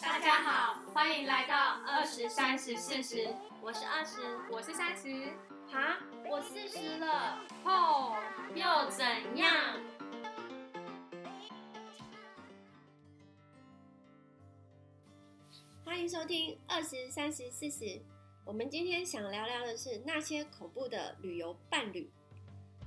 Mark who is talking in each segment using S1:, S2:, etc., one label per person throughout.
S1: 大家好，欢迎来到二十三十四十，
S2: 我是二十，
S1: 我是三十，
S2: 哈，我四十了，
S1: 后
S2: 又怎样？欢迎收听二十三十四十。我们今天想聊聊的是那些恐怖的旅游伴侣。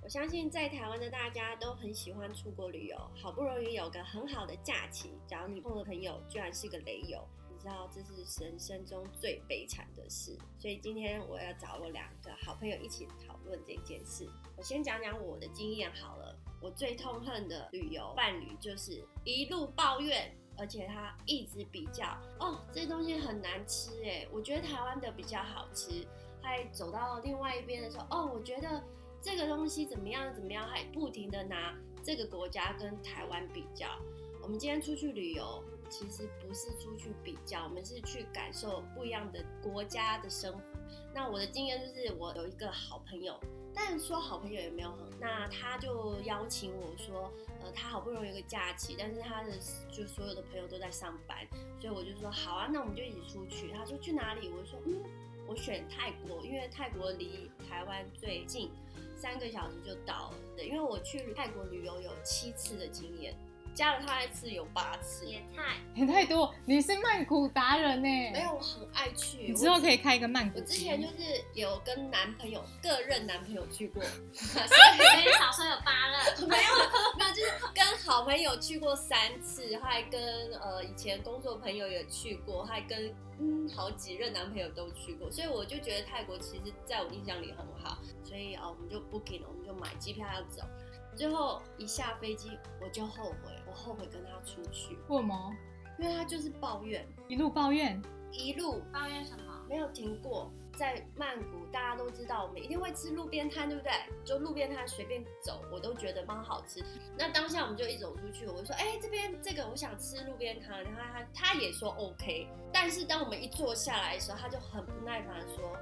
S2: 我相信在台湾的大家都很喜欢出国旅游，好不容易有个很好的假期，假如你碰的朋友居然是个雷友，你知道这是人生中最悲惨的事。所以今天我要找我两个好朋友一起讨论这件事。我先讲讲我的经验好了，我最痛恨的旅游伴侣就是一路抱怨。而且他一直比较哦，这东西很难吃哎，我觉得台湾的比较好吃。还走到另外一边的时候，哦，我觉得这个东西怎么样怎么样，还不停的拿这个国家跟台湾比较。我们今天出去旅游，其实不是出去比较，我们是去感受不一样的国家的生活。那我的经验就是，我有一个好朋友，但说好朋友也没有很，那他就邀请我说，呃，他好不容易有个假期，但是他的就所有的朋友都在上班，所以我就说好啊，那我们就一起出去。他说去哪里？我说嗯。我选泰国，因为泰国离台湾最近，三个小时就到了。对，因为我去泰国旅游有七次的经验，加了他一次有八次。
S1: 野菜，
S3: 也太多，你是曼谷达人呢、
S2: 没有，我很爱去。
S3: 你
S2: 我
S3: 之后可以开一个曼谷
S2: 我
S3: 集。
S2: 之
S1: 嗯
S2: 前就是有跟男朋友各任男朋友去 过，
S1: 所以少说有八了。
S2: 没有没有，就是跟好朋友去过三次，还跟呃以前工作朋友也去过，还跟嗯好几任男朋友都去过，所以我就觉得泰国其实在我印象里很好，所以啊、呃我们就 booking 了，我们就买机票要走。最后一下飞机我就后悔，我后悔跟他出去，
S3: 为什么
S2: 因为他就是抱怨，
S3: 一路抱怨？
S2: 一路
S1: 抱怨什么？
S2: 没有停过。在曼谷，大家都知道，我们一定会吃路边摊，对不对？就路边摊随便走，我都觉得蛮好吃。那当下我们就一走出去，我就说：“哎、这边这个我想吃路边摊。”然后他他也说 OK。但是当我们一坐下来的时候，他就很不耐烦地说：“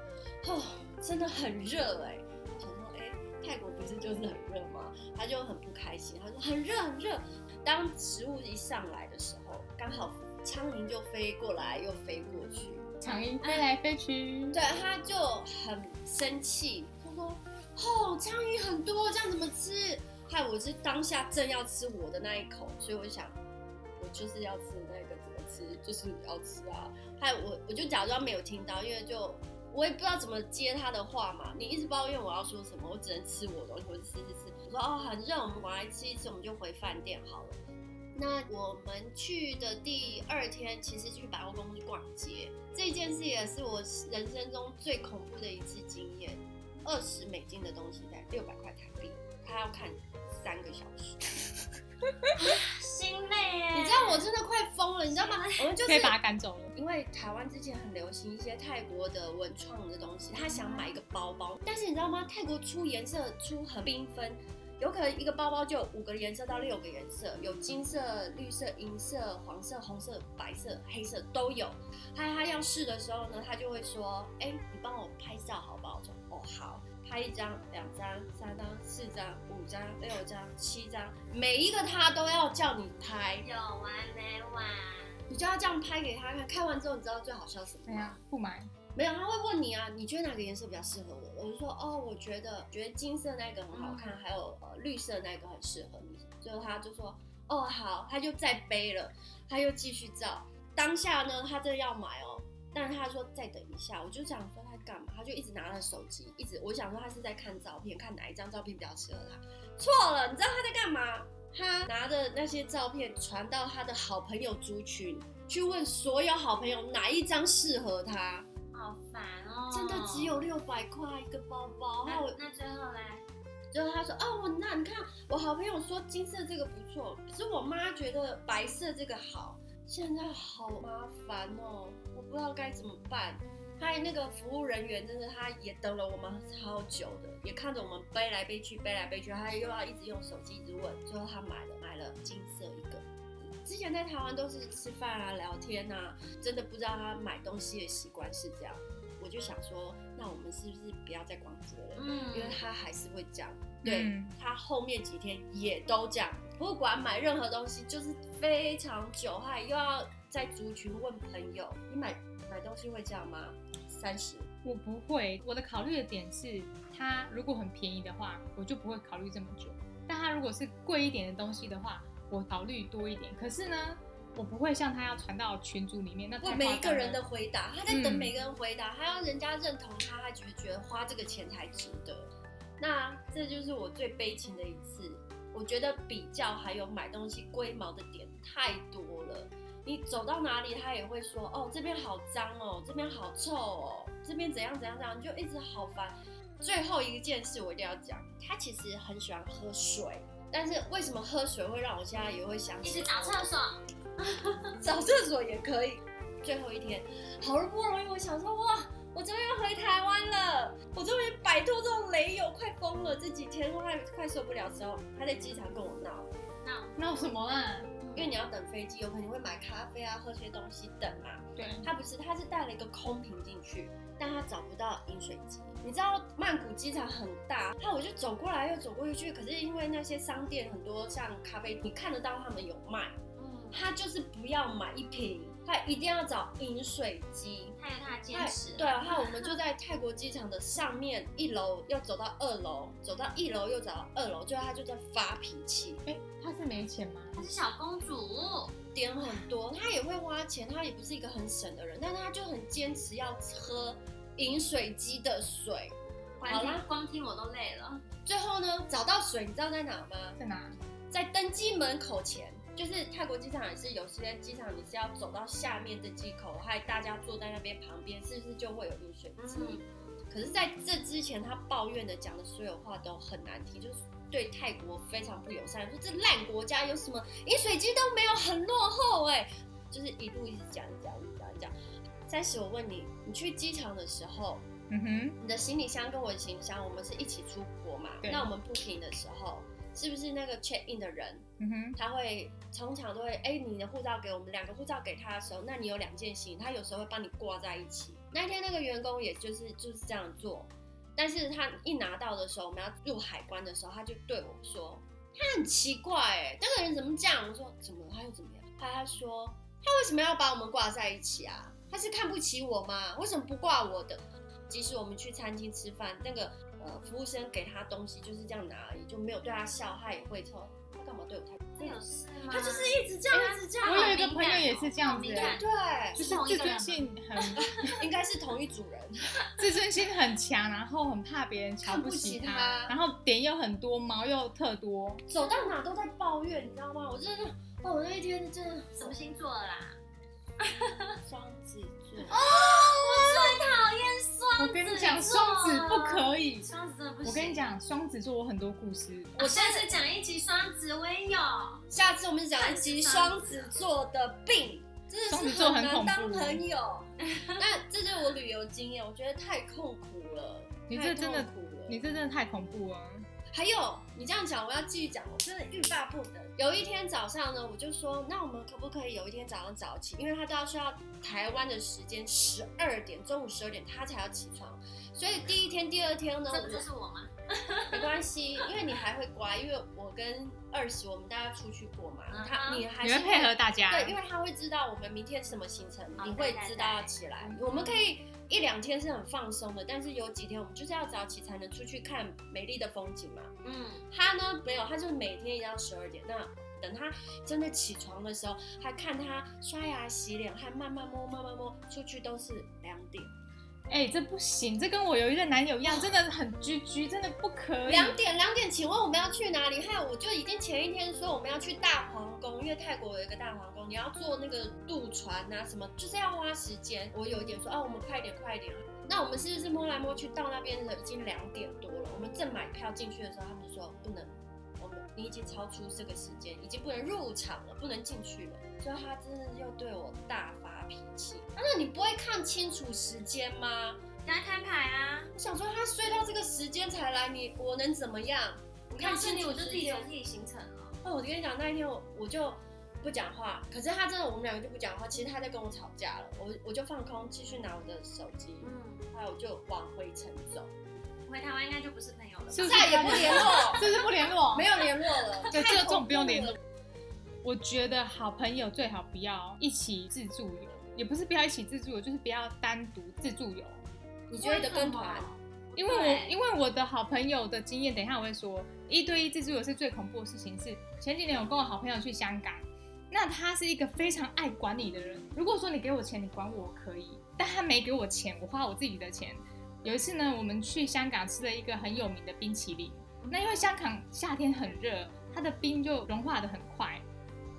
S2: 哦，真的很热哎、我想说：“哎、泰国不是就是很热吗？”他就很不开心，他说：“很热很热。”当食物一上来的时候，刚好苍蝇就飞过来又飞过去。
S3: 苍蝇飞来飞去。
S2: 对，他就很生气，他说：“哦，苍蝇很多，这样怎么吃？”害我是当下正要吃我的那一口，所以我想，我就是要吃那个，怎么吃就是要吃啊。害我我就假装没有听到，因为就我也不知道怎么接他的话嘛。你一直抱怨我要说什么，我只能吃我的东西，我就吃吃吃。我说：“哦，很热，我们晚来吃一吃，我们就回饭店好了。”那我们去的第二天，其实去百货公司逛街这件事，也是我人生中最恐怖的一次经验。二十美金的东西在六百块台币，他要看三个小时，
S1: 心累耶。
S3: 哎
S2: 你知道我真的快疯了，你知道吗？我们就
S3: 可以
S2: 是
S3: 把他赶走了。
S2: 因为台湾之前很流行一些泰国的文创的东西，他想买一个包包，但是你知道吗？泰国出颜色出很缤纷，有可能一个包包就有五个颜色到六个颜色，有金色、绿色、银色、黄色、红色、白色、黑色都有。他他要试的时候呢，他就会说：“哎、你帮我拍照好不好？”我说：“哦，好。”拍一张、两张、三张、四张、五张、六张、七张，每一个他都要叫你拍，
S1: 有完没完？
S2: 你就要这样拍给他看。看完之后，你知道最好笑什么
S3: 对
S2: 吗？
S3: 哎呀，不买。
S2: 没有，他会问你啊，你觉得哪个颜色比较适合我？我就说哦，我觉得觉得金色那个很好看，还有呃绿色那个很适合你。最后他就说哦好，他就再背了，他又继续照。当下呢，他真的要买哦，但是他说再等一下，我就想说他干嘛？他就一直拿着手机，一直我想说他是在看照片，看哪一张照片比较适合他。错了，你知道他在干嘛？他拿着那些照片传到他的好朋友族群，去问所有好朋友哪一张适合他。
S1: 好烦哦。
S2: 真的只有六百块一个包包，然
S1: 那
S2: 后我
S1: 那最后嘞？
S2: 就是他说哦，我那你看我好朋友说金色这个不错，可是我妈觉得白色这个好，现在好麻烦哦，我不知道该怎么办。还有那个服务人员，真的他也等了我们超久的，也看着我们背来背去，背来背去，他又要一直用手机一直问，最后他买了买了金色一个。之前在台湾都是吃饭啊、聊天啊，真的不知道他买东西的习惯是这样。我就想说，那我们是不是不要再逛街了？因为
S1: 嗯，
S2: 他还是会这样，对、
S3: 嗯
S2: 他后面几天也都这样，不管买任何东西，就是非常久，还又要在族群问朋友，你买买东西会这样吗？三十，
S3: 我不会，我的考虑的点是，它如果很便宜的话，我就不会考虑这么久；但它如果是贵一点的东西的话，我考虑多一点。可是呢，我不会像他要传到群组里面，那太
S2: 问
S3: 夸张
S2: 每一个人
S3: 了
S2: 的回答，他在等
S3: 嗯
S2: 每个人回答，他要人家认同他，他觉得觉得花这个钱才值得。那这就是我最悲情的一次。我觉得比较还有买东西龟毛的点太多了。你走到哪里，他也会说哦，这边好脏哦，这边好臭哦，这边怎样怎样怎样，你就一直好烦。最后一件事我一定要讲，他其实很喜欢喝水，但是为什么喝水会让我现在也会想
S1: 一
S2: 起
S1: 直找厕所，
S2: 找厕所也可以。最后一天，好不容易我想说，哇，我终于回台湾了，我终于摆脱这种雷友，快疯了。这几天快快受不了的时候，他在机场跟我闹，
S3: 闹什么啦？
S1: 嗯
S2: 因为你要等飞机，有可能会买咖啡啊，喝些东西等嘛。
S3: 对，
S2: 他不是，他是带了一个空瓶进去，但他找不到饮水机。你知道曼谷机场很大，那我就走过来又走过去，可是因为那些商店很多，像咖啡，你看得到他们有卖，
S1: 嗯，
S2: 他就是不要买一瓶，他一定要找饮水机。
S1: 他有他的坚持，啊
S2: 对，然后我们就在泰国机场的上面一楼，要走到二楼，走到一楼又走到二楼，最后他就在发脾气，
S3: 哎、他是没钱吗？
S1: 她是小公主，
S2: 点很多，他也会花钱，他也不是一个很省的人，但是他就很坚持要喝饮水机的水。
S1: 光
S2: 好
S1: 听
S2: 啦
S1: 光听我都累了，
S2: 最后呢，找到水，你知道在哪吗？
S3: 在哪？
S2: 在登机门口前，就是泰国机场也是有些机场你是要走到下面的机口，还有大家坐在那边旁边，是不是就会有饮水机？
S1: 嗯，
S2: 可是在这之前，他抱怨的讲的所有话都很难听，就是对泰国非常不友善，说这烂国家有什么饮水机都没有，很落后哎、就是一路一直讲一直讲一直讲一直讲。三十，我问你，你去机场的时候，
S3: 嗯哼，
S2: 你的行李箱跟我的行李箱，我们是一起出国嘛？
S3: 对
S2: 那我们 booking 的时候，是不是那个 check in 的人
S3: 嗯哼，
S2: 他会通常都会，哎、你的护照给我们两个护照给他的时候，那你有两件行李，他有时候会帮你挂在一起。那一天那个员工也就是就是这样做，但是他一拿到的时候，我们要入海关的时候，他就对我说，他很奇怪、哎，那个人怎么这样？我说怎么了他又怎么样？他他说他为什么要把我们挂在一起啊？他是看不起我吗？为什么不挂我的？即使我们去餐厅吃饭，那个呃服务生给他东西就是这样拿而已，就没有对他笑，他也会说他干嘛对我太
S1: 这有事吗？
S2: 他就是一直这样，一直这样。
S3: 哎我有一个朋友也是这样子
S1: 哦敏
S3: 哎
S1: 感，
S2: 对，
S3: 就是自尊心很，
S2: 应该是同一组人。
S3: 自尊心很强，然后很怕别人瞧
S2: 看不起
S3: 起
S2: 他
S3: 然后点又很多，毛又特多。
S2: 走到哪都在抱怨，你知道吗？我真的，哦，我那一天真的
S1: 什么星座的啦？
S2: 双子座，
S1: 讨厌双
S3: 我跟你讲，双子不可以。
S1: 双子真的不行。
S3: 我跟你，讲，双子座我很多故事，
S1: 我下次讲一集双子，我也有。
S2: 下次我们讲一集双子座的病，真的
S3: 双子
S2: 是
S3: 座很
S2: 难
S3: 恐怖欸
S2: 当朋友。 那这就是我旅游经验，我觉得太痛苦了，
S3: 你
S2: 太痛
S3: 这真的
S2: 苦了，
S3: 你这真的太恐怖了。
S2: 还有，你这样讲，我要继续讲，我真的欲罢不能。有一天早上呢，我就说，那我们可不可以有一天早上早起？因为他都要睡到台湾的时间十二点，中午十二点他才要起床，所以第一天、第二天呢，
S1: 这
S2: 我
S1: 不
S2: 就
S1: 就是我吗？
S2: 没关系，因为你还会乖，因为我跟二十我们大家出去过嘛，
S1: 嗯
S2: 他你还
S3: 你
S2: 是
S3: 会配合大家，
S2: 对，因为他会知道我们明天什么行程，
S1: 哦
S2: 你会
S1: 对对
S2: 知道要
S1: 对
S2: 起来
S1: 嗯。
S2: 我们可以一两天是很放松的，但是有几天我们就是要早起才能出去看美丽的风景嘛。
S1: 嗯，
S2: 他呢没有，他就是每天一定要十二点。那等他真的起床的时候，还看他刷牙、洗脸，还慢慢摸、慢慢摸，出去都是两点。
S3: 哎、这不行，这跟我有一任男友一样，真的很居居，真的不可以。
S2: 啊两点，两点，请问我们要去哪里？还有，我就已经前一天说我们要去大皇宫，因为泰国有一个大皇宫，你要坐那个渡船啊，什么就是要花时间。我有一点说，哦、我们快一点，快一点。那我们是不是摸来摸去到那边的时候已经两点多了？我们正买票进去的时候，他们就说不能，我们你已经超出这个时间，已经不能入场了，不能进去了。所以他真的又对我大发脾气。啊那你不会看清楚时间吗？
S1: 赶快摊牌啊！
S2: 我想说，他睡到这个时间才来，你我能怎么样？你
S1: 我看
S2: 看清
S1: 清你，
S2: 楚
S1: 我就
S2: 时
S1: 自己
S2: 间
S1: 走。自己行程了。
S2: 哦，我跟你讲，那一天我我就不讲话，可是他真的，我们两个就不讲话。其实他在跟我吵架了，我我就放空，继续拿我的手机，
S1: 嗯，
S2: 后来我就往回程走，
S1: 回台湾应该就不是朋友了吧。
S3: 是不是
S2: 再也不联络，
S3: 是不是不联络？
S2: 没有联络了。
S3: 对，这这种不用联络。我觉得好朋友最好不要一起自助游，也不是不要一起自助游，就是不要单独自助游。
S2: 你觉得跟团？
S3: 因为我
S1: 对
S3: 因为我的好朋友的经验，等一下我会说，一对一自助游是最恐怖的事情是。前几年我跟我好朋友去香港，那他是一个非常爱管理的人。如果说你给我钱，你管我可以，但他没给我钱，我花我自己的钱。有一次呢，我们去香港吃了一个很有名的冰淇淋，那因为香港夏天很热，它的冰就融化的很快，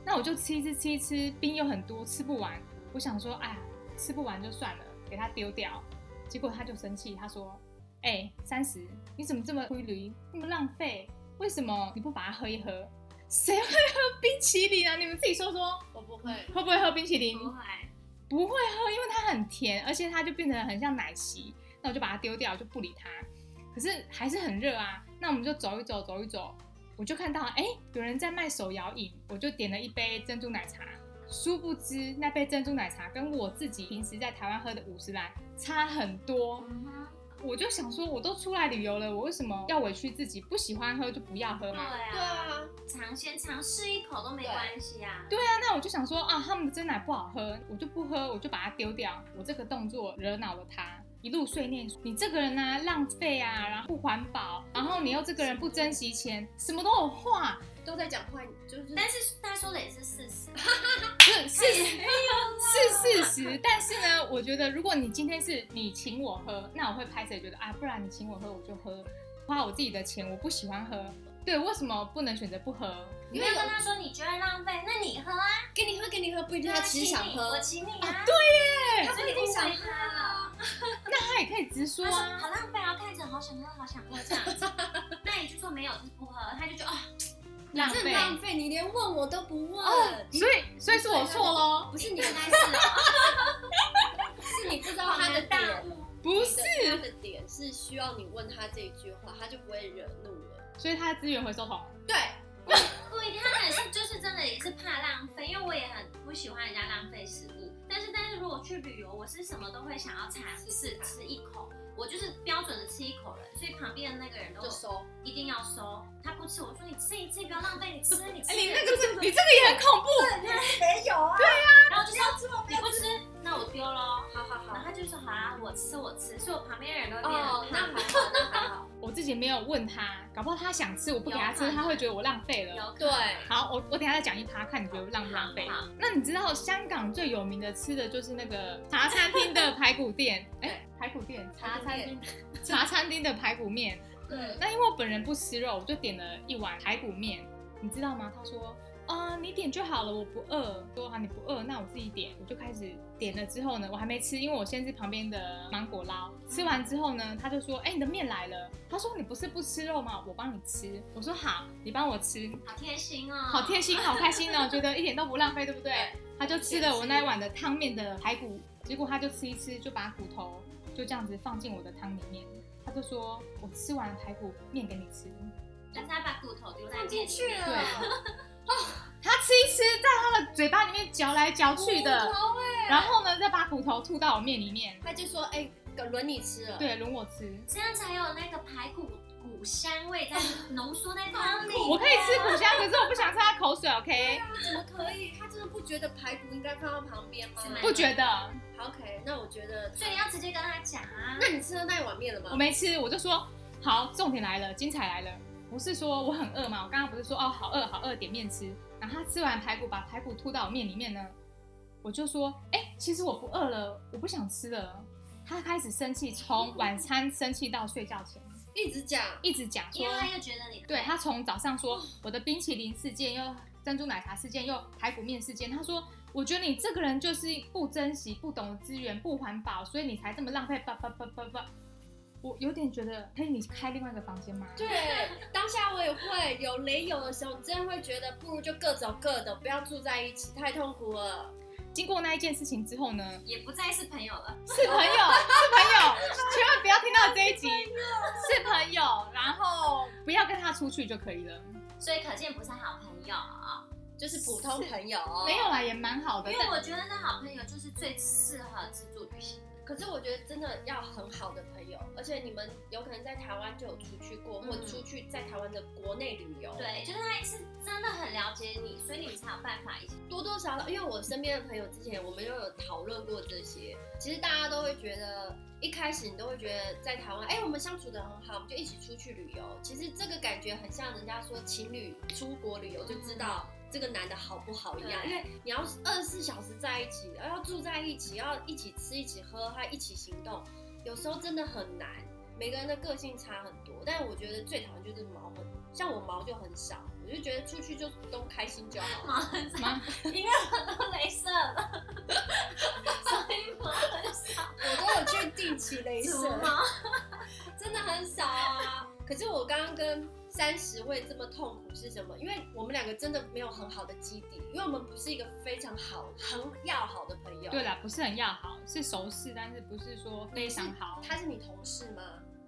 S3: 那我就吃一吃吃一吃，冰又很多，吃不完。我想说，哎呀，吃不完就算了，给它丢掉。结果他就生气，他说：“哎、三十，你怎么这么规律，那么浪费？为什么你不把它喝一喝？谁会喝冰淇淋啊？你们自己说说，
S1: 我不会，
S2: 嗯
S3: 会不会喝冰淇淋？
S1: 不会，
S3: 不会喝，因为它很甜，而且它就变得很像奶昔。那我就把它丢掉，我就不理它。可是还是很热啊，那我们就走一走，走一走，我就看到哎、有人在卖手摇饮，我就点了一杯珍珠奶茶。殊不知那杯珍珠奶茶跟我自己平时在台湾喝的五十兰差很多。
S1: 嗯
S3: 我就想说，我都出来旅游了，我为什么要委屈自己？不喜欢喝就不要喝
S1: 对
S3: 嘛。
S2: 对
S1: 啊，
S2: 啊，
S1: 尝鲜尝试一口都没关系啊。
S3: 对啊，那我就想说啊，他们的真奶不好喝，我就不喝，我就把它丢掉。我这个动作惹恼了他，一路碎念说你这个人啊，浪费啊，然后不环保，然后你又这个人不珍惜钱，什么都有话。
S2: 都在讲话，就是
S1: 但是他说的也是事
S3: 是
S1: 实，哎
S3: 是是事实，但是呢，我觉得如果你今天是你请我喝，那我会拍谁觉得啊，不然你请我喝我就喝，花我自己的钱，我不喜欢喝。对，为什么不能选择不喝？
S1: 你没有跟他说你觉得浪费，那你喝啊，
S2: 给你喝给你喝，不一定他只
S1: 请
S2: 是
S1: 你，
S2: 想喝
S1: 我，啊请你啊，
S2: 他不一定想喝
S1: 喝。啊。
S3: 那他也可以直说
S1: 他
S3: 啊
S1: 说。好浪费啊，看着好想喝，好想喝这样子。 那你就说没有，就是不喝，他就觉得啊，
S3: 浪
S2: 这
S3: 费，
S2: 浪费，你连问我都不问，
S1: 哦
S3: 所以所以是我错喽，
S2: 不是你
S1: 原
S2: 的，
S1: 来是哦
S2: 是 你不知道
S1: 恍
S2: 他的
S1: 然大
S2: 点，
S1: 悟。
S3: 不是，
S2: 他的点是需要你问他这一句话，他就不会惹怒了。
S3: 所以他的资源回收桶。
S2: 对，
S1: 不一定，他也是就是真的也是怕浪费，因为我也很不喜欢人家浪费食物。但是但是如果去旅游，我是什么都会想要尝试吃一口，我就是标准的吃一口人，所以旁边的那个人都
S2: 就收。
S1: 一定要收，他不吃，我说你吃一次，不要浪费，你吃你吃。
S3: 哎，你那个是，你这个也很恐怖。
S2: 没有啊，
S1: 然后就说
S2: 吃我
S1: 你不吃，那我丢喽。
S2: 好好
S1: 然后
S2: 好。
S1: 他就说好啊，我吃我吃，所以我旁边的人都会变得
S2: 哦
S1: 很，
S2: 那
S1: 怕
S2: 还好，那还好。
S3: 我自己没有问他，搞不好他想吃，我不给他
S1: 有
S3: 吃，
S1: 可能
S3: 他会觉得我浪费了。
S1: 有可
S2: 对，
S1: 能
S3: 好，我我等一下再讲一趴，看你觉得浪不浪费
S1: 好好。
S3: 那你知道香港最有名的吃的就是那个茶餐厅的排骨 店，哎，排骨店，茶餐厅，茶餐厅的排骨面。
S2: 对，
S3: 那因为我本人不吃肉，我就点了一碗排骨面，你知道吗？他说，啊、你点就好了，我不饿。说啊好你不饿，那我自己点。我就开始点了之后呢，我还没吃，因为我先吃旁边的芒果捞。吃完之后呢，他就说，哎、你的面来了。他说你不是不吃肉吗？我帮你吃。我说好，你帮我吃，
S1: 好贴心哦，
S3: 好贴心，好开心哦，觉得一点都不浪费，对不对？他就吃了我那一碗的汤面的排骨，结果他就吃一吃，就把骨头就这样子放进我的汤里面。他就说：“我吃完排骨面给你吃。”
S1: 但是他把骨头丢在
S2: 放进
S1: 面里
S2: 去
S1: 面
S2: 了。
S3: 对哦他吃一吃，在他的嘴巴里面嚼来嚼去的
S2: 骨，头哎
S3: 然后呢，再把骨头吐到我面里面。
S2: 他就说：“哎、轮你吃了。”，
S3: 对，轮我吃。
S1: 这样才有那个排骨骨香味在浓缩在汤里。
S3: 我可以吃
S1: 啊
S3: 骨香，可是我不想吃他口水，OK？
S2: 怎么可以？他真的不觉得排骨应该放到旁边吗
S1: 是？吗
S3: 不觉得，
S2: 好，OK，那我觉得，
S1: 所以要直接跟他讲啊。
S2: 那你吃了那一碗面了吗？
S3: 我没吃，我就说好，重点来了，精彩来了。不是说我很饿嘛，我刚刚不是说哦好饿好饿，点面吃。然后他吃完排骨，把排骨吐到我面里面呢，我就说哎、其实我不饿了，我不想吃了。他开始生气，从晚餐生气到睡觉前，
S2: 一直讲，
S3: 一直讲说
S1: 因为他又觉得你
S3: 对他从早上说我的冰淇淋事件，又珍珠奶茶事件，又排骨面事件，他说我觉得你这个人就是不珍惜、不懂资源、不环保，所以你才这么浪费。叭叭叭叭叭，我有点觉得，可以你开另外一个房间吗？
S2: 对，当下我也会有雷有的时候，你真的会觉得不如就各走各的，不要住在一起，太痛苦了。
S3: 经过那一件事情之后呢，
S1: 也不再是朋友了。
S3: 是朋友，是朋友， 千万不要听到这一集，是朋友，然后不要跟他出去就可以了。
S1: 所以可见不是好朋友，
S2: 就是普通朋友，
S3: 没。有啦，也蛮好的，
S1: 因为
S3: 但
S1: 我觉得那好朋友就是最适合自助旅行。
S2: 可是我觉得真的要很好的朋友，而且你们有可能在台湾就有出去过，
S1: 嗯
S2: 或出去在台湾的国内旅游。，
S1: 对，就是他是真的很了解你，所以你们才有有办法一起。
S2: 多多少少，因为我身边的朋友之前我们又有讨论过这些，其实大家都会觉得，一开始你都会觉得在台湾，哎、我们相处的很好，我们就一起出去旅游。其实这个感觉很像人家说情侣出国旅游就知道这个男的好不好一样，
S1: 对
S2: 因为你要二十四小时在一起，要住在一起，要一起吃、一起喝，还一起行动，有时候真的很难。每个人的个性差很多，但我觉得最讨厌就是毛很，像我毛就很少，我就觉得出去就都开心就好了。
S1: 毛很少，
S3: 妈，
S1: 因为我都镭射了， 所以毛很少。
S2: 我都有去定期 镭
S1: 除
S2: 射，
S1: 毛，
S2: 真的很少啊。可是我刚刚跟三十会这么痛苦是什么？因为我们两个真的没有很好的基底，因为我们不是一个非常好、很要好的朋友。
S3: 对，啦，不是很要好，是熟识，但是不是说非常好
S2: 他是你同事吗？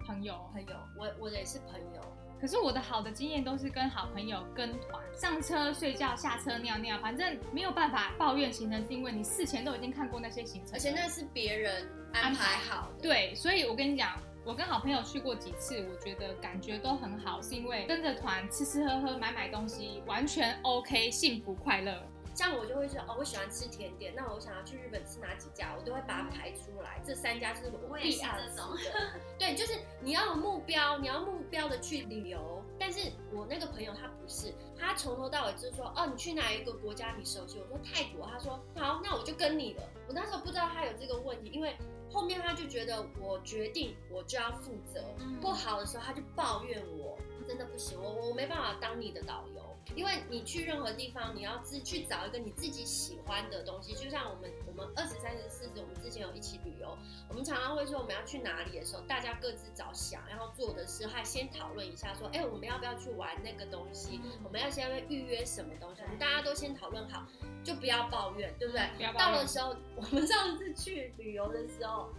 S3: 朋友。
S2: 朋友，我我也是朋友。
S3: 可是我的好的经验都是跟好朋友跟团，上车睡觉，下车尿尿，反正没有办法抱怨行程，是因为你事前都已经看过那些行程了，
S2: 而且那是别人安排好的。，
S3: 对，所以我跟你讲，我跟好朋友去过几次，我觉得感觉都很好，是因为跟着团吃吃喝喝买买东西，完全 OK，幸福快乐。
S2: 像我就会说哦，我喜欢吃甜点，那我想要去日本吃哪几家，我都会把它排出来。这三家是我
S1: 我也
S2: 必
S1: 是
S2: 要
S1: 这种。
S2: 对，就是你要有目标，你要目标的去旅游。但是我那个朋友他不是，他从头到尾就是说，哦，你去哪一个国家你熟悉？我说泰国，他说好，那我就跟你了。我那时候不知道他有这个问题，因为后面他就觉得我决定我就要负责，
S1: 嗯
S2: 不好的时候他就抱怨我，真的不行，我我我没办法当你的导游。因为你去任何地方，你要自去找一个你自己喜欢的东西，就像我们我们二十三十四十，我们之前有一起旅游，我们常常会说我们要去哪里的时候，大家各自找想要做的事，还先讨论一下说，哎、我们要不要去玩那个东西？我们要先预约什么东西？
S1: 对
S2: 我们大家都先讨论好，就不要抱怨，对不对？
S3: 不要抱
S2: 到
S3: 怨
S2: 了时候，我们上次去旅游的时候，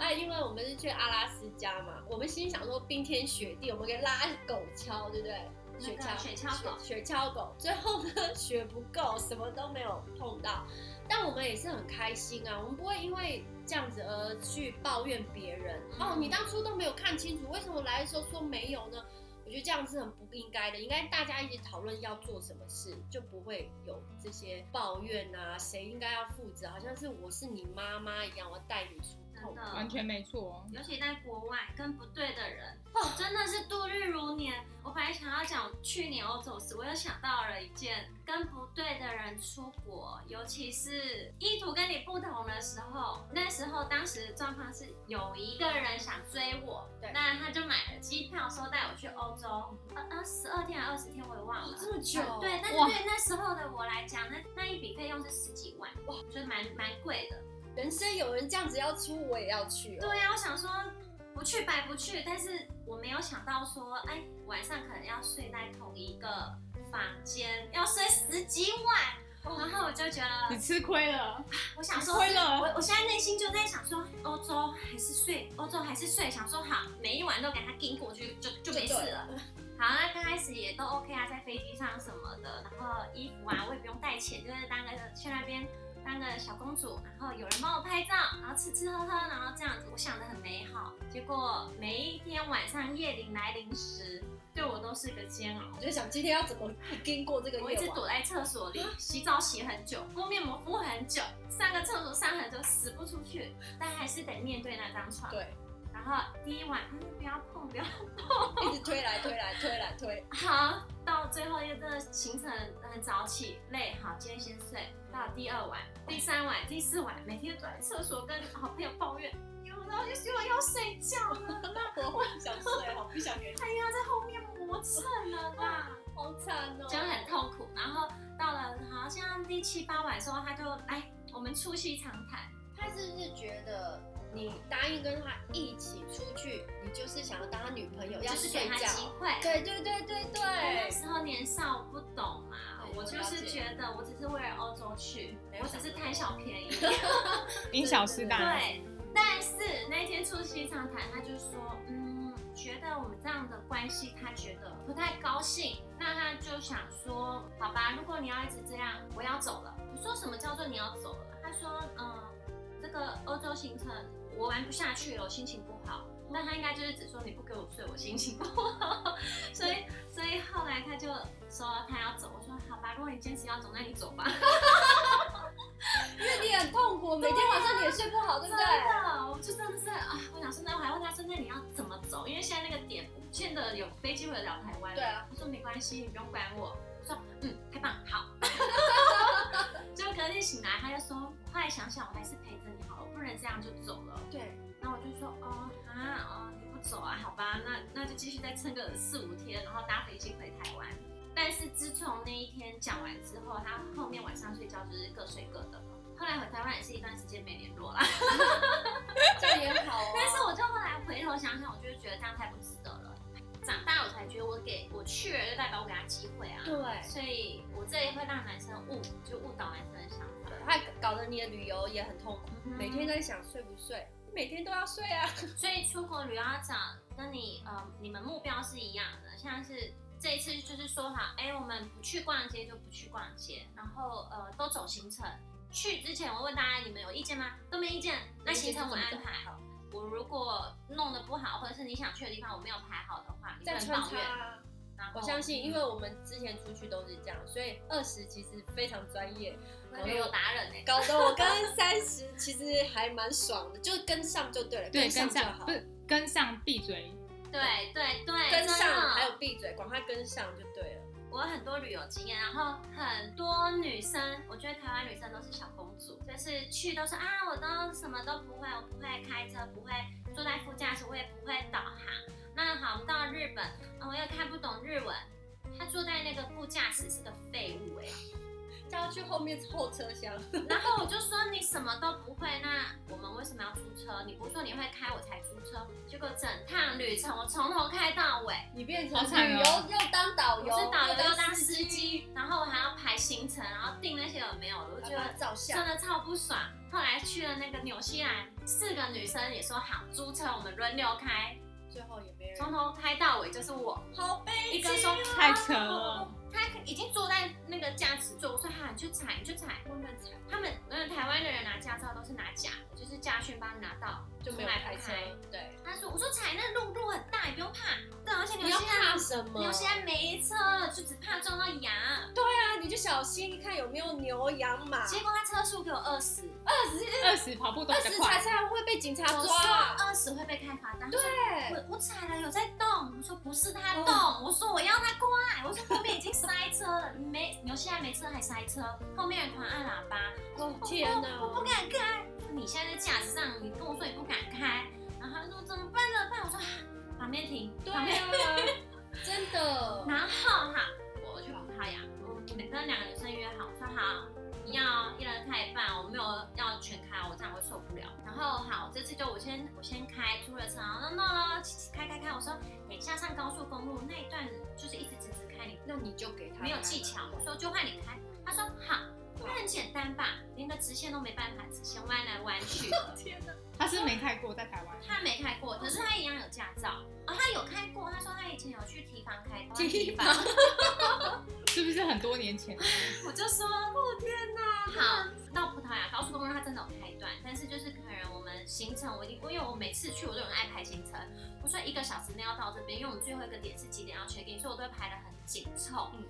S2: 哎，因为我们是去阿拉斯加嘛，我们心想说冰天雪地，我们可以拉狗橇，对不对？
S1: 那
S2: 雪
S1: 个
S2: 橇，
S1: 雪橇狗
S2: 雪，雪橇狗。最后呢，雪不够，什么都没有碰到，但我们也是很开心啊。我们不会因为这样子而去抱怨别人。
S1: 嗯
S2: 哦，你当初都没有看清楚，为什么来的时候说没有呢？我觉得这样是很不应该的，应该大家一起讨论要做什么事，就不会有这些抱怨啊，谁应该要负责，好像是我是你妈妈一样，我要带你出痛
S1: 真
S2: 苦。
S1: 的
S3: 完全没错。
S1: 尤其在国外跟不对的人， 哦，真的是度日如年。我本来想要讲去年欧洲时，我又想到了一件跟不对的人出国，尤其是意图跟你不同的时候。那时候当时的状况是有一个人想追我
S2: 对，
S1: 那他就买了机票说带我去欧洲，二二十二天还是二十天我也忘了。
S2: 哦这么久，
S1: 对，但是
S3: 哇
S1: 对那时候的我来讲，那那一笔费用是十几万，哇，所以蛮蛮贵的。
S2: 人生有人这样子要出，我也要去、哦。
S1: 对啊呀、我想说不去白不去，但是我没有想到说，哎，晚上可能要睡在同一个房间，要睡十几晚，然后我就觉
S3: 你
S1: 得，
S3: 吃亏了，
S1: 我想说。
S3: 亏了。
S1: 我我现在内心就在想说，欧洲还是睡，欧洲还是睡，想说好，每一晚都给它盯过去，就就没事了。 好，那刚开始也都 OK 啊，在飞机上什么的，然后衣服啊，我也不用带钱，就是当个去那边当个小公主，然后有人帮我拍照，然后吃吃喝喝，然后这样子，我想的很美好。结果每一天晚上夜临来临时，对我都是个煎熬
S2: 我。就想今天要怎么经过这个
S1: 我一直
S2: 夜晚。
S1: 躲在厕所里，洗澡洗很久，敷面膜敷很久，上个厕所上很久，死不出去，但还是得面对那张床。
S2: 对，
S1: 然后第一晚，嗯，不要碰，不要
S2: 一直推来推来推来推，
S1: 好，到最后又真的行程很早起，累，好，今天先睡。到第二晚、第三晚、第四晚，每天都躲在厕所跟好朋友抱怨，因为我要去洗碗要睡觉了，
S2: 我不想睡，哦好不想原谅，
S1: 哎呀，在后面磨蹭了啦。
S2: 好惨哦，
S1: 真的很痛苦。然后到了好像第七八晚的时候，他就来我们促膝长谈，
S2: 他是不是觉得你答应跟他一起出去，你就是想要当他女朋友，要
S1: 嗯就是给
S2: 睡
S1: 他机
S2: 觉？
S1: 会。
S2: 对对对对
S1: 那
S2: 对，
S1: 时候年少不懂嘛，
S2: 对
S1: 我
S2: 我
S1: 就
S2: 了
S1: 是
S2: 解
S1: 觉得我只是为了欧洲去
S2: 没，有
S1: 我只是贪小 便宜。
S3: 因小失大，
S1: 对，但是那天出西长谈，他就说，嗯，觉得我们这样的关系，他觉得不太高兴，那他就想说，好吧，如果你要一直这样，我要走了。我说什么叫做你要走了？他说，嗯，这个欧洲行程我玩不下去了，我心情不好。那他应该就是只说你不给我睡，我心情不好，所以所以后来他就说他要走，我说好吧，吧，如果你坚持要走，那你走吧。
S2: 你很痛苦，每天晚上你也睡不好，对不对？
S1: 真的，我就真的是啊，我想说，那我还问他说，那你要怎么走？因为现在那个点不见得有飞机回得了台湾。
S2: 对啊，
S1: 他说没关系，你不用管我。我说嗯，太棒，好。 结果隔天醒来，他就说，后来想想，我还是陪着你好了，我不能这样就走了。
S2: 对，
S1: 然后我就说，哦啊，哦，你不走啊，好吧，那那就继续再撑个四五天，然后搭飞机回台湾。但是自从那一天讲完之后，他后面晚上睡觉就是各睡各的了。后来回台湾也是一段时间没联络啦。
S2: 这样也好啊。
S1: 但是我就后来回头想想，我就是觉得这样太不值得了。长大我才觉得我给我去了，就代表我给他机会啊。
S2: 对，
S1: 所以我这也会让男生误，就误导男生的想法。
S2: 还搞得你的旅游也很痛苦，
S1: 嗯
S2: 每天在想睡不睡，每天都要睡啊。
S1: 所以出国旅游要找跟你呃你们目标是一样的，像是这一次就是说好，哎、我们不去逛街就不去逛街，然后呃都走行程。去之前我问大家你们有意见吗？都没意见，那行程我安排。
S2: 好，
S1: 我如果弄得不好，或者是你想去的地方我没有排好的话，你
S2: 再
S1: 不
S2: 穿
S1: 能抱
S2: 插
S1: 怨。
S2: 啊。
S1: 然后
S2: 我相信，因为我们之前出去都是这样，所以二十其实非常专业，
S1: 我旅游达人哎、
S2: 搞得我跟三十其实还蛮爽的，就跟上就对了，
S3: 对，
S2: 上
S3: 跟
S2: 就
S3: 上
S2: 好
S3: 不，是跟上闭嘴，
S1: 对对对，
S2: 跟
S1: 真
S2: 上
S1: 的
S2: 还有闭嘴，赶快跟上就对了。
S1: 我有很多旅游经验，然后很多女生，我觉得台湾女生都是小公主，就是去都是啊，我都什么都不会，我不会开车，不会坐在副驾驶，我也不会导航。那好，我们到日本，啊、我又看不懂日文，她坐在那个副驾驶是个废物哎、
S2: 叫他去后面后车厢，
S1: 然后我就说你什么都不会，那我们为什么要租车？你不是说你会开，我才租车。结果整趟旅程我从头开到尾，
S2: 你变成
S3: 好惨
S2: 旅游
S3: 哦
S2: 又当导
S1: 我
S2: 游，
S1: 是导游又当
S2: 当
S1: 司，机，然后我还要排行程，然后订那些有没有，我
S2: 还
S1: 就觉
S2: 帮
S1: 得
S2: 他照
S1: 真
S2: 相。
S1: 的超不爽。后来去了那个纽西兰，四个女生也说好租车，我们轮流开，
S2: 最后也没人，
S1: 从头开到尾就是我。
S2: 好悲
S1: 一个
S2: 啊
S1: 说
S3: 太扯了，
S1: 他已经坐在那个驾驶座，我说哈，你去踩，你去踩。
S2: 我们惨，
S1: 他们嗯，台湾的人拿驾照都是拿假的，就是驾训班拿到
S2: 就没有
S1: 从来
S2: 开
S1: 不
S2: 车
S1: 开。，
S2: 对，
S1: 他说我说踩那路路很大，你不用怕。对，啊而且纽
S2: 你要
S1: 西兰
S2: 怕什么？
S1: 纽西兰没车，就只怕撞到羊。
S2: 啊，你就小心看有没有牛羊马，
S1: 结果他车速给我二十，
S3: 二十跑步都
S2: 二
S3: 比较
S2: 十才
S3: 快，
S2: 才会被警察抓。
S1: 我说二十会被开罚单。对。
S2: 对，
S1: 我我踩了有在动，我说不是他动，
S2: 哦
S1: 我说我要他过来，我说后面已经塞车了，没纽西兰没车还塞车，后面人狂按喇叭，
S2: 哦天哪，
S1: 我不敢开，你现在在驾驶上，你跟我说你不敢开，然后他说怎么办怎么办，我说啊旁边停，
S2: 对
S1: 旁边，
S2: 啊，真的，
S1: 然后哈，嗯我去葡萄牙，我们跟两个女生约好，我说好。你要一人开一半，我没有要全开，我这样会受不了。然后好，这次就我先我先开出了车，然后弄了开开开，我说等一下上高速公路那一段就是一直直直开，你
S2: 那你就给他
S1: 没有技巧。我说就换你开，他说好，那很简单吧，连个直线都没办法，直线弯来弯 去的。
S2: 哦天哪，
S3: 他是没开过在台湾，
S1: 他没开过，可是他一样有驾照啊、哦他有开过，他说他以前有去提防开过。
S2: 提防
S3: 是不是很多年前？
S1: 我就说，哦天哪！好，到葡萄牙高速公路它真的有开一段，但是就是可能我们行程我已经，因为我每次去我都很爱排行程，我说一个小时内要到这边，因为我们最后一个点是几点要 check in，所以我都会排得很紧凑。
S2: 嗯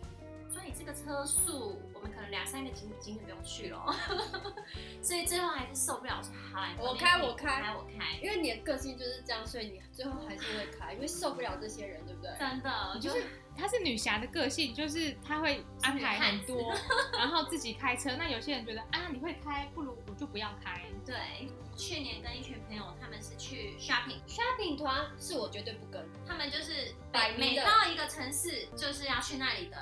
S1: 所以这个车速，我们可能两三个景景点不用去了， 所以最后还是受不了，我说好来，
S2: 我
S1: 旁边
S2: 开
S1: 停
S2: 我开
S1: 开我开，
S2: 因为你的个性就是这样，所以你最后还是会开，因为受不了这些人，对不对？
S1: 真的
S3: 就
S1: 就是
S3: 她是女侠的个性，就是她会安排很多，然后自己开车。那有些人觉得啊，你会开，不如我就不要开。
S1: 对。去年跟一群朋友，他们是去 shopping，
S2: shopping 团是我绝对不跟，
S1: 他们就是
S2: 摆
S1: 每
S2: 明
S1: 每
S2: 的
S1: 到一个城市，就是要去那里的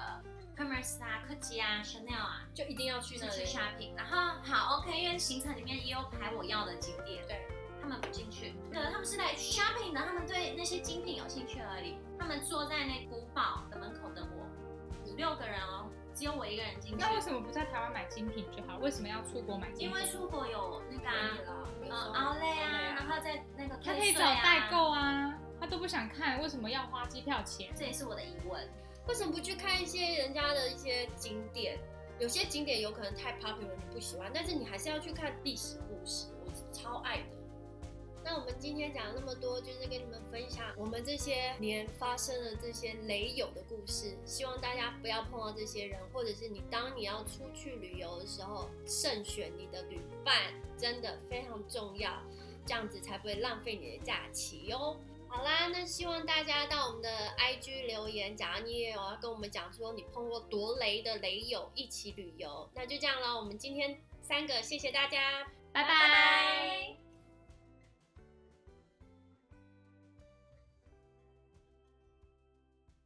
S1: Hermes 啊、科技啊、Chanel 啊，
S2: 就一定要去
S1: 就
S2: 那
S1: 是去
S2: 里。
S1: shopping。然后好 OK，因为行程里面也有排我要的景点，
S2: 对，
S1: 他们不进去，对，他们是来 shopping 的，他们对那些精品有兴趣而已。他们坐在那古堡的门口等我，五六个人哦，只有我一个人进去
S3: 那，为什么不在台湾买精品就好？为什么要出国买精
S1: 因
S3: 品
S1: 为？出国有那个啊
S2: 可以啦，没有
S1: 嗯
S2: 说
S1: Outlet 啊，
S2: Outlet
S1: 然后在那个啊
S3: 他可以找代购啊，他都不想看，为什么要花机票钱？
S1: 这也是我的疑问。
S2: 为什么不去看一些人家的一些景点？有些景点有可能太 popular 你不喜欢，但是你还是要去看历史故事，我超爱的。那我们今天讲了那么多，就是跟你们分享我们这些年发生的这些雷友的故事，希望大家不要碰到这些人，或者是你当你要出去旅游的时候，慎选你的旅伴，真的非常重要，这样子才不会浪费你的假期哦哟、好啦，那希望大家到我们的 IG 留言，假如你也有要跟我们讲说你碰过多雷的雷友一起旅游，那就这样了。我们今天三个，谢谢大家，
S3: 拜拜